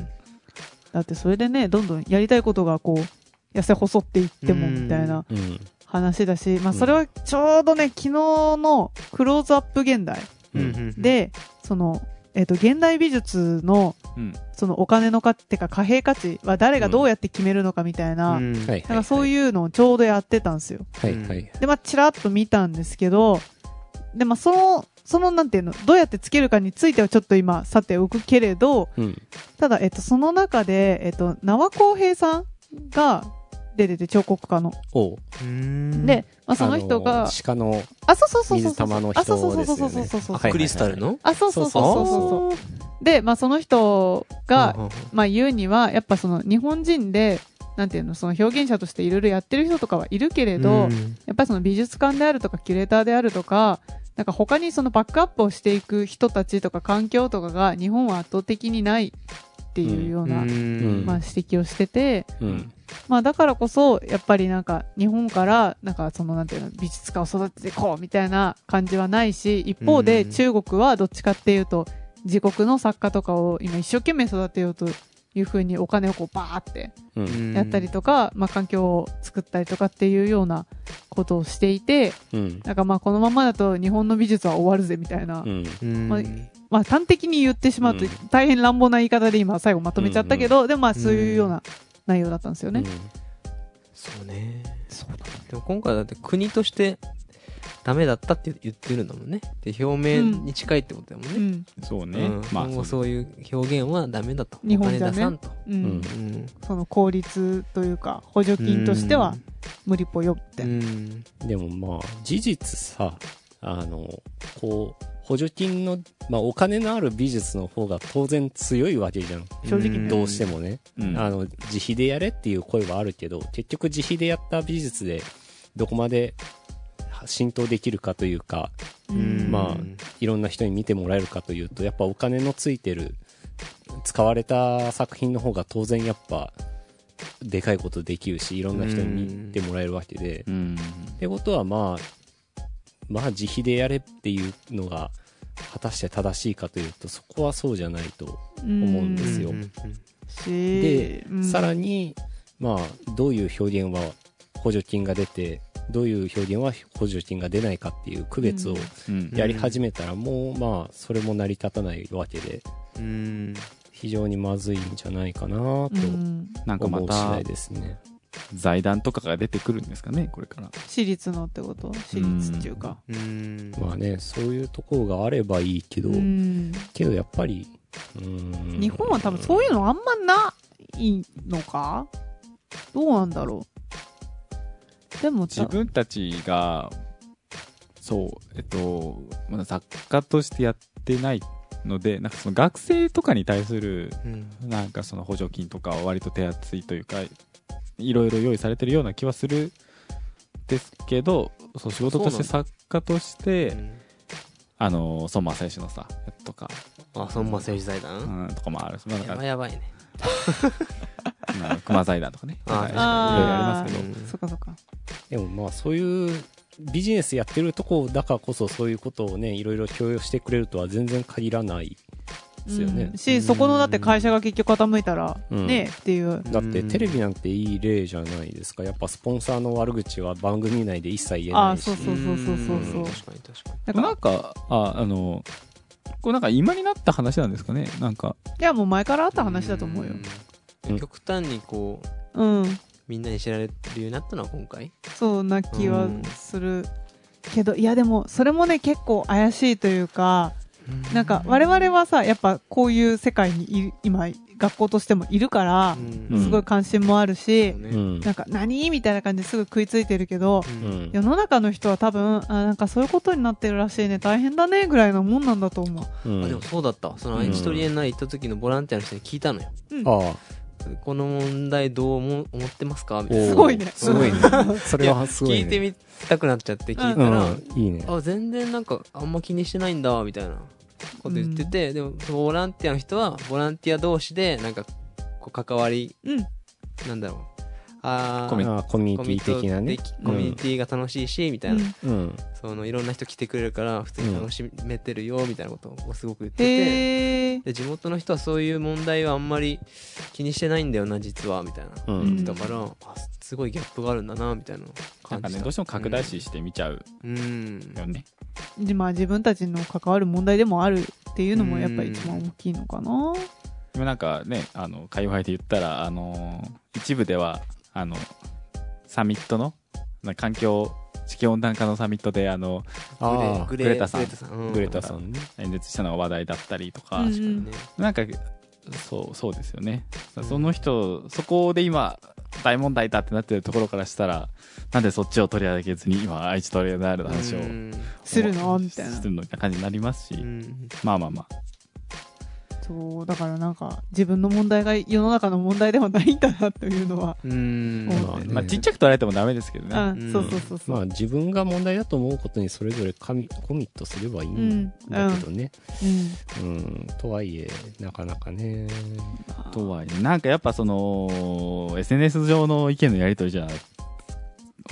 だってそれでね、どんどんやりたいことがこう、痩せ細っていってもうんみたいなうん話だし、まあうんそれはちょうどね、昨日のクローズアップ現代ううんんうんで、その、えっと、現代美術のうん。そのお金の価値ってか貨幣価値は誰がどうやって決めるのかみたいな、うんはいなんかそういうのをちょうどやってたんですよ。はいはいで、まあ、ちらっと見たんですけど、で、まあ、その、その、なんていうの、どうやってつけるかについてはちょっと今、さておくけれど、うんただ、えっと、その中で、えっと、縄公平さんが出てて、彫刻家の。おううんで、まあ、その人あがの、鹿のあ、そうそうそうそう水そう。玉の人あ、そうそうそうそうですよねそうそうは。いクリスタルのあ、そうそうそうそうそうそう。で、まあ、その人が、うんうんまあ、言うにはやっぱその日本人でなんていうのその表現者としていろいろやってる人とかはいるけれど、うんやっぱりその美術館であるとかキュレーターであるとかなんか他にそのバックアップをしていく人たちとか環境とかが日本は圧倒的にないっていうような、うんまあ、指摘をしてて、うんまあ、だからこそやっぱりなんか日本からなんかそのなんていうの美術家を育てていこうみたいな感じはないし一方でうん中国はどっちかっていうと自国の作家とかを今一生懸命育てようというふうにお金をこうバーってうんやったりとか、まあ、環境を作ったりとかっていうようなことをしていてうんなんかまあこのままだと日本の美術は終わるぜみたいな、うんうんまあまあ、端的に言ってしまうとうん大変乱暴な言い方で今最後まとめちゃったけど、でもまあそういうような内容だったんですよね。そうねそうだでも今回だって国としてダメだったって言ってるんだもんねで表面に近いってことだもんうね、んそうね。うんまあ、今後そういう表現はダメだと日本おじ金ゃね出さんと、うんうんうん、その効率というか補助金としては無理っぽいよって、うんでもまあ事実さあのこう補助金の、まあ、お金のある美術の方が当然強いわけじゃん正直ねどうしてもね、うんあの自費でやれっていう声はあるけど結局自費でやった美術でどこまで浸透できるかというかうんまあいろんな人に見てもらえるかというとやっぱお金のついてる使われた作品の方が当然やっぱでかいことできるしいろんな人に見てもらえるわけで、うん。ってことはまあ、まあ自費でやれっていうのが果たして正しいかというとそこはそうじゃないと。思うんですようんうんしで、うんさらに、まあどういう表現は補助金が出て、どういう表現は補助金が出ないかっていう区別をうん。やり始めたらもうまあそれも成り立たないわけでうん非常にまずいんじゃないかなとうんなんかま思う次た第、ですね。財団とかが出てくるんですかね、これから。私立のってこと私立っていうかうんまあね、そういうところがあればいいけど、うんけどやっぱり、うーん日本は多分そういうのあんまないのかどうなんだろうでも自さ分たちが、そう、えっと、まだ作家としてやってないので、なんかその学生とかに対するうんなんかその補助金とかは割と手厚いというかいろいろ用意されてるような気はするんですけどそう仕事としてそ作家としてあのー孫正義のさやつとか、あ、そんま政治財うん、団とかもあるし、まあ、なやんばかいやばいね。まあ熊財団とかね。あはいい確ろいろあありますけど。そっかそっか。でもまあそういうビジネスやってるとこだからこそそういうことをねいろいろ共有してくれるとは全然限らないですよねうん、し、そこのだって会社が結局傾いたら、うんねえっていう。だってテレビなんていい例じゃないですかやっぱスポンサーの悪口は番組内で一切言えあなあ、いしそうそうそうそうそうそう。ん確かに確かに。だかならん、か、あ、あの、これなんか今になった話なんですかねなんか、いやもう前からあった話だと思うよ。うん。極端にこう、うん。みんなに知られるようになったのは今回そうな気はする。けど、いやでも、それもね、結構怪しいというか、なんか我々はさ、やっぱこういう世界にい今、学校としてもいるからう、うんんすごい関心もあるし、そうねうんなんか何みたいな感じですぐ食いついてるけど、うんうん世の中の人は多分、あ、なんかそういうことになってるらしいね、大変だね、ぐらいのもんなんだと思う。うんあでもそうだったわそのエチトリエンナー行った時のボランティアの人に聞いたのよ、ああこの問題どう思思ってますかみたいおなーすごいねすごい [LAUGHS] ねそれはすごい、ね、聞いてみたくなっちゃって聞いたうら、んいいねあ全然なんかあんま気にしてないんだみたいなこと言ってて、でもそのボランティアの人はボランティア同士でなんかこう関わりうん。なんだろうあーコミュニああコミュコニミティ的なュニねティ的コミュニティが楽しいし、みたいな、うんうんそのいろんな人来てくれるから普通に楽しめてるよみたいなことをすごく言ってて、へえ。で地元の人はそういう問題はあんまり気にしてないんだよな実はみたいなううんんだから、あすごいギャップがあるんだなみたいなのをな感んかじね、たどうしても拡大視して見ちゃううんよね。でまあ自分たちの関わる問題でもあるっていうのもやっぱり一番大きいのかな。今なんかね、あの、界隈で言ったら、あのー、一部では、あの、サミットの、な環境、地球温暖化のサミットで、あの、ああググレレタさんグレタさん、うんグレタさんね演説したのが話題だったりとか、うん確かにねなんか、そう、そうですよね。その人、そこで今、大問題だってなってるところからしたら、なんでそっちを取り上げずに、今、愛知トレーナーの話を、うんするのみたいなす。るのみたいな感じになりますし、うんまあまあまあ。そう、だからなんか自分の問題が世の中の問題ではないんだなというのは。うんまあねまあ、ちっちゃく取られてもダメですけどね。あんそうそうそうそう。まあ自分が問題だと思うことにそれぞれカミコミットすればいいんだけどね、うんうんとはいえなかなかねとはいえ、なんかやっぱその、SNS 上の意見のやりとりじゃ、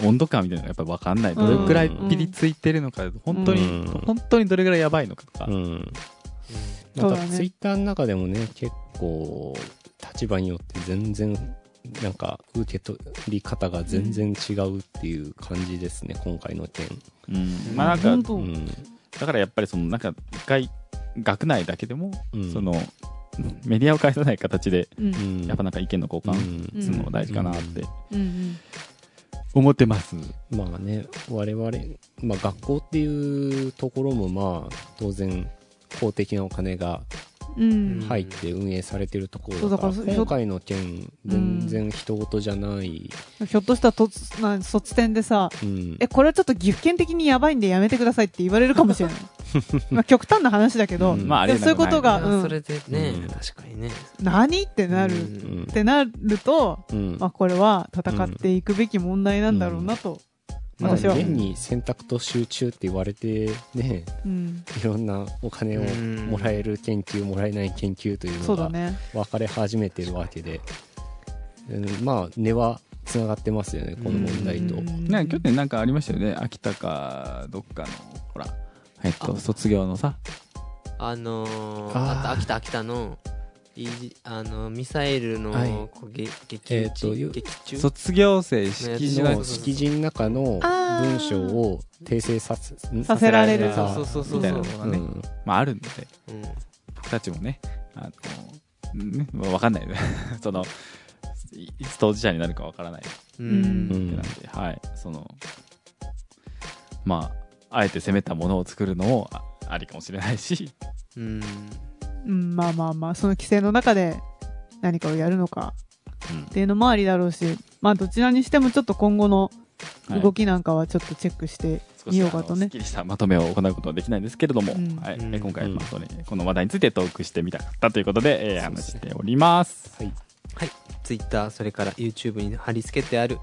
温度感みたいなのがやっぱり分かんない。どれくらいピリついてるのか、本当に、うん本当にどれくらいやばいのかとか。うんそまうただねツイッターの中でもね結構立場によって全然なんか受け取り方が全然違うっていう感じですね、今回の件、うんまあな本んか、当うんだからやっぱりその、なんか、一回、学内だけでも、うんその、メディアを介さない形で、うんうんやっぱなんか意見の交う換んするのも大事かなってうん思ってます。まあね我々、まあ、学校っていうところもまあ当然公的なお金がうんうん入って運営されてるところだから,、そうだから今回の件全然人事じゃない、ひょっとしたらとつな卒点でさ、うんえ、これはちょっと岐阜県的にやばいんでやめてくださいって言われるかもしれない。まあ極端な話だけど、うんまあ、あでれもそういうことが、あうそんれでね、うん確かにね何ってなる、うっんうんてなると、うんまあ、これは戦っていくべき問題なんだろうなと、まあ私は現に選択と集中って言われてねうんいろんなお金をうんもらえる研究もらえない研究というそのうだがね分かれ始めてるわけで、うんまあ根はつながってますよねこの問題と。うんね、去年なんかありましたよね。秋田か、どっかの、ほら、えっと、あ卒業のさ、あのー、あーあと秋田秋田のいじあのミサイルの、はいこうげ撃え撃ーと中よ撃中卒業生式辞ののそうそうそう式辞の中のあー文章を訂正させさせられるさそうそうそうそうみたいなのがね、うんまああるんで、うん僕たちもね、あの、ね、まあわかんないね。 [LAUGHS] その、いいつ当事者になるかわからないうんうわけんなんで、はい、その、まあ、あえて攻めたものを作るのもあありかもしれないし、うんうん、まあまあまあその規制の中で何かをやるのかうんっていうのもありだろうし、まあ、どちらにしてもちょっと今後のはい動きなんかはちょっとチェックして少みしよあうかとのすっねきりしたまとめを行うことはできないんですけれども、うんはいうんえ今回、うんまあそれこの話題についてトークしてみたかったということで、えーそうで話すしねております。はいはい Twitter それから YouTube に貼り付けてある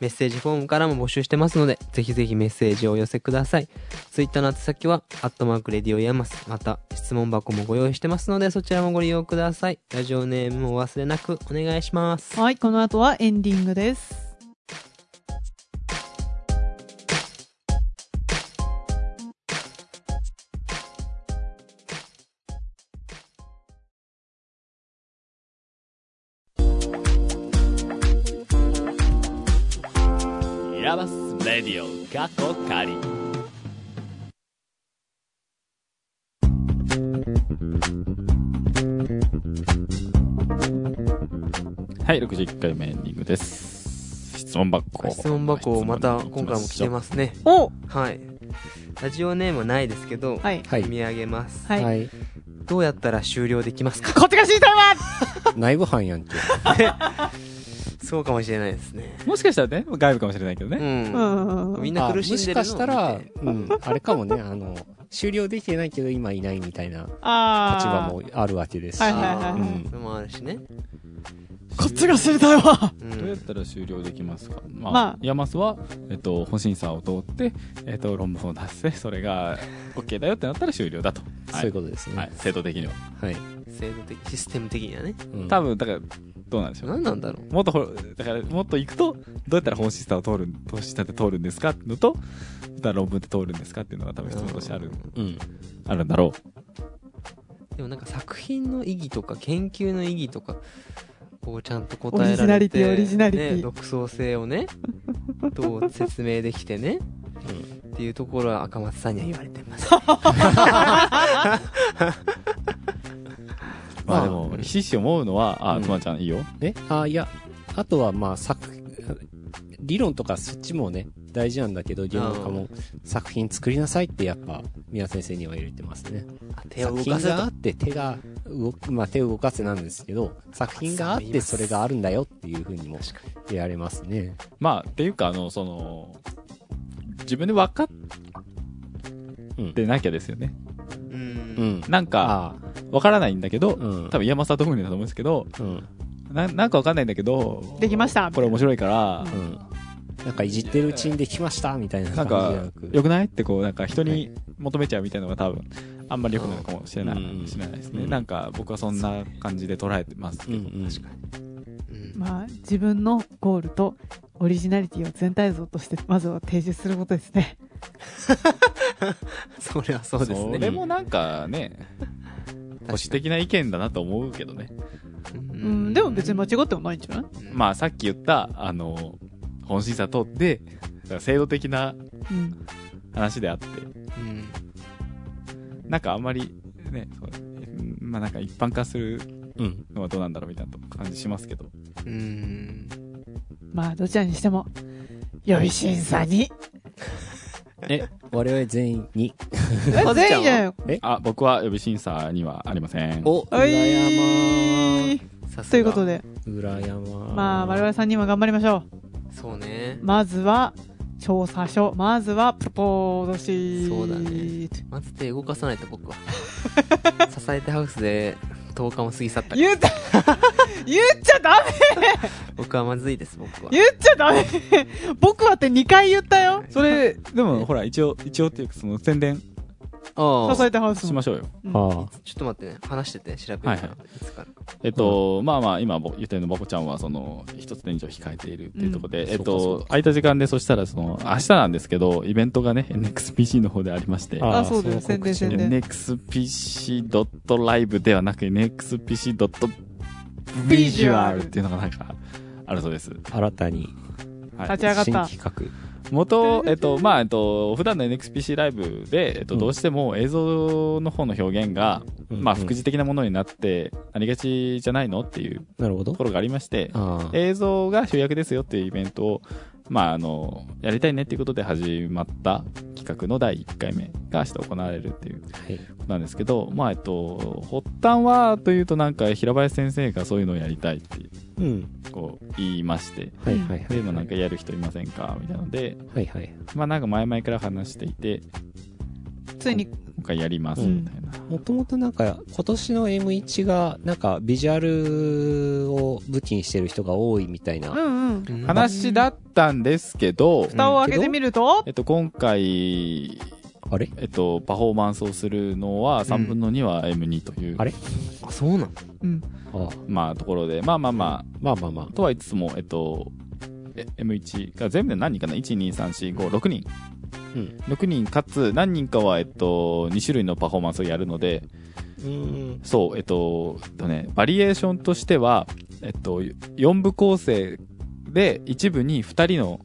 メッセージフォームからも募集してますので、ぜひぜひメッセージをお寄せください。ツイッターの宛先は、アットマークレディオヤマス。また、質問箱もご用意してますので、そちらもご利用ください。ラジオネームもお忘れなくお願いします。はい、この後はエンディングです。ヤマスレディオ過去仮はい61回目エンディングです質問箱質問箱をまた今回も来てすますね。おはい。ラジオネームはないですけど、はい。はい読み上げます。はい。はい。どうやったら終了でき [LAUGHS] ますかこっちが知りたいわ内部犯やんけ。そうかもしれないですね。もしかしたらね外部かもしれないけどうね、ん。うんみんな苦しんでるのあもしかしたら、うん、あれかもね、あの、終了できてないけど今いないみたいなあ立場ーもあるわけですし。はいはいはいあはういんーのもあるしね。こっちが知りたいわうどうやっん。たら終了できますか、まあまあヤマスは、えっと、本審査を通って、えっと、論文を出してそれが OK だよってなったら終了だと、そういうことですね。ははいい。、制度的には制度的、システム的にはね。うん多分だからどうなんでしょう何なんだろう。もっとほだからもっと行くとどうやったら本シスターを通る本シスターって通るんですかっていうのとどうやったら論文って通るんですかっていうのが多分質問としてあるうん。あるんだろでもなんか作品の意義とか研究の意義とかこうちゃんと答えられてオリジナリティオリジナリティね、独創性を [LAUGHS] ねどう説明できてねっていうところは赤松さんには言われて [LAUGHS] ますうまああでもひしひし思うのはあうんつまちゃんいいよえあ、いや、あとはまあ作、理論とかそっちもね、大事なんだけど、言語化も作品作りなさいってやっぱ、宮先生には言ってますね。あ手を動作か品せがあたって手が動く、まあ手を動かせなんですけど、作品があっそう言いてますそれがあるんだよっていうふうにも確か言われますね。まあっていうかあのその自分で分かっうん。てなきゃですよねにううんん。なんかあ分からないんだけど、うん多分山里特にだと思うんですけどあ、うん。ななんか分かんないんだけどできましたこれ面白いから、うん。なんかいじってるうちにできましたみたいななん感じじゃかなく。良くないってこうなんか人に求めちゃうみたいなのが多分あんまり良くないのかもしれない,、うんしれないですね、うんなんか僕はそんな感じで捉えてますけうんど、うん。確かに、うんまあ、自分のゴールとオリジナリティを全体像としてまずは提示することですね。 [LAUGHS] それはそうですそねれもなんかね保守的な意見だなと思うけどねううん、でも別に間違ってもないんじゃないまあさっき言ったあの本審査通って制度的なうん。話であってうんなんかあんまりねそううんまあなんか一般化するうん。のはどうなんだろうみたいな感じしますけどうんまあ、どちらにしても、良い審査に。え、我々全員に。え、は全員じゃんよ。あ僕は予備審査にはありませんお、は羨い。さすがということで、ま。羨まあ、ま。我々3人も頑張りましょう。そうねまずは、調査書。まずは、プロポードシート。そうだねまず手動かさないと僕は支えてハウスで10日も過ぎ去ったから言っちゃ、 [LAUGHS] 言っちゃダメ僕はまずいです僕は言っちゃダメ僕はって2回言ったよ。それ、でもほら、一応、一応っていうか、その宣伝ああ支えてハウスしもましょうよ。はちょっと待ってね、話してて、調べるはいかはら。いつからえっと、まあまあ、今僕言ったように、バコちゃんは、その、一つ年以上控えているっていうところで、うんえっそうかそうとか、空いた時間で、そしたら、その、明日なんですけど、イベントがね、NXPC の方でありまして、ああ、そうだよ。そ宣の告伝知宣伝。 nxpc.live ではなく、nxpc.visual っていうのがなんか、あるそうです。新たにはい立ち上がっ新た。企画。元、えっと、まあ、えっと、普段の NXPC ライブで、えっと、うんどうしても映像の方の表現が、うんまあ、副次的なものになって、ありがちじゃないのっていうなるほとどこ。ろがありまして、ああ。映像が主役ですよっていうイベントを、まあ、あの、やりたいねっていうことで始まった企画の第1回目が明日行われるっていうはい。なんですけど、まあ、えっと、発端はというとなんか平林先生がそういうのをやりたいっていう、うん。こう言いまして、はいはいはい。で、まあなんかやる人いませんかみたいなので、はいはい。まあなんか前々から話していて、ついに、今回やりますみたいなもともとなんか今年の M1 がなんかビジュアルを武器にしてる人が多いみたいな、うんうん。話だったんですけど、蓋を開けてみると、えっと、今回、あれえっと、パフォーマンスをするのはん3分の2は M2 という、あれあそうなのうん。ああまあ、ところで、まあまあままあまあまあ、とは言いつつも、えっと、え M1 が全部で何人かな ?1、2、3、4、5、6人。あ、うん、 6人かつ何人かは、えっと、2種類のパフォーマンスをやるので、うんそう、えっと、えっとね、バリエーションとしては、えっと、4部構成で1部に2人の、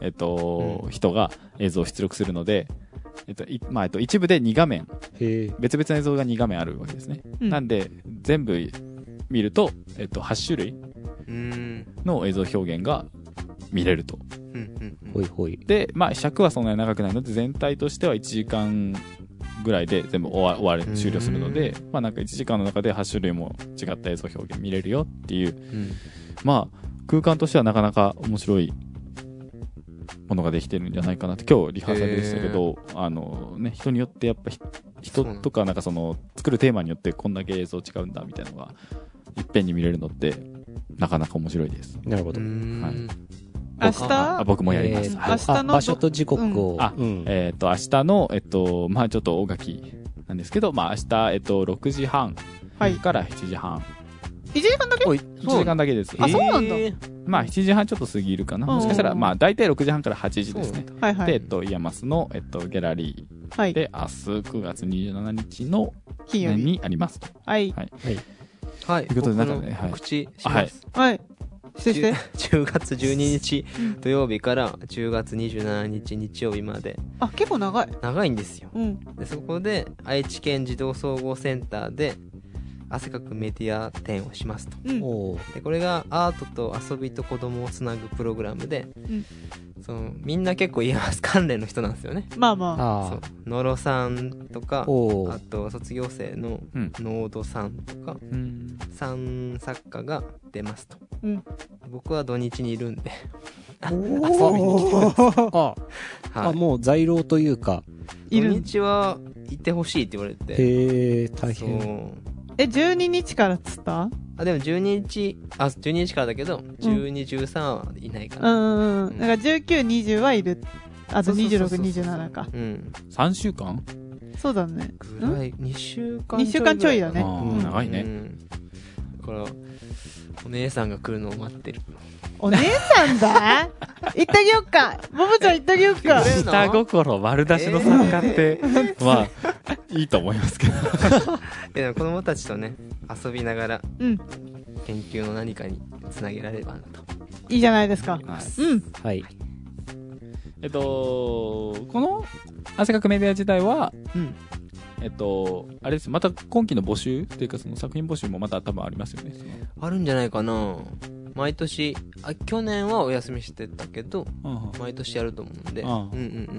えっと、人が映像を出力するので、えっと、いまあ、えっと、1部で2画面、へえ別々の映像が2画面あるわけですね。うんなんで、全部見ると、えっと、8種類うんの映像表現が見れると。うんうんうんほいほいで、まあ、尺はそんなに長くないので、全体としては1時間ぐらいで全部終わ終わうる、ん終了するので、まあ、なんか1時間の中で8種類も違った映像表現見れるよっていう、うんまあ、空間としてはなかなか面白いものができてるんじゃないかなって、今日リハーサルでしたけど、あのね、人によってやっぱひ、人とかなんかその、作るテーマによってこんだけ映像違うんだみたいなのが、いっぺんに見れるのって、なかなか面白いです。なるほど、うんはい明あ日、僕もやります。えーはい明日のあ場所と時刻を、んあうんえっ、と、明日の、えっと、まあちょっと大垣なんですけど、まあ明日、えっと、6時半はいから7時半。 1時間だけおい1時間だけです。あそうなんだえまあ7時半ちょっと過ぎるかな。もしかしたら、うんまあ大体6時半から8時ですね。はいはで、えいっ。と、イヤマスの、えっと、ギャラリはーい。で、明日9月27日の、金曜日。にありますと。はい。ーはいということでなんかね僕のはい告知しあはまいすはい。してして。 [LAUGHS] 10 10月12日土曜日から10月27日日曜日まであ、結構長い。長いんですようん。でそこで愛知県児童総合センターで汗かくメディア展をしますとうん。おーでこれがアートと遊びと子供をつなぐプログラムで、んそのみんな結構イエマス関連の人なんですよねまあまそあう野呂さんとかあおあーと卒業生のうんノードさんとかうん。 3作家が出ますと、うん僕は土日にいるんであ遊びに来てあはあいもう在廊というかあ、土いる。日は行ってほしいって言われてへえ大そう変え、12日からっつったあでも12日あ12日からだけど1213はいないかうな、んうんうん。だから19、20はいる。あそとうそうそうそう26、27か。うん、 3週間そうだね。ぐらい2週間2週間ちょいぐらだかね。なあーうん長いねうん、だからお姉さんが来るのを待ってるお姉さん [LAUGHS] だ行ってあげよっか。ボブちゃん行ってあげよっか。え下心丸出しの参加って、 [LAUGHS] まあ、いいと思いますけど。でも子供たちとね遊びながらうん。研究の何かにつなげられればなといいじゃないですか。はいうん。はいえっと、この汗かくメディア自体は、うんえっと、あれですまた今期の募集っていうかその作品募集もまた多分ありますよね。あるんじゃないかな毎年あ去年はお休みしてたけど毎年やると思うんでああうんうん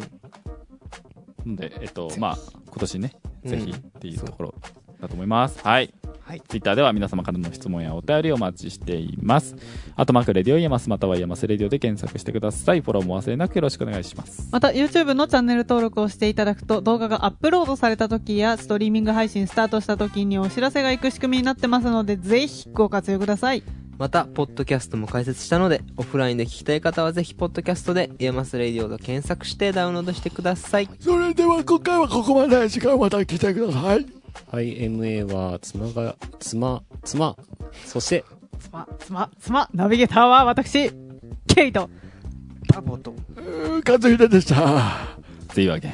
なんで、えっと、まあ、今年ね、うんぜひっていうところだと思います。はい。はいツイッターでは皆様からの質問やお便りをお待ちしています。あとマークレディオイヤマスまたはイヤマスレディオで検索してください。フォローもお忘れなくよろしくお願いします。また YouTube のチャンネル登録をしていただくと動画がアップロードされた時やストリーミング配信スタートした時にお知らせがいく仕組みになってますのでぜひご活用ください。またポッドキャストも開設したのでオフラインで聞きたい方はぜひポッドキャストで「イヤマスレイディオ」と検索してダウンロードしてくださいそれでは今回はここまで時間また来てくださいはい、MA は、妻が、妻、妻、そして、つま、つま、つま、ナビゲーターは私、ケイト。パボとうー和秀でしたというわけ。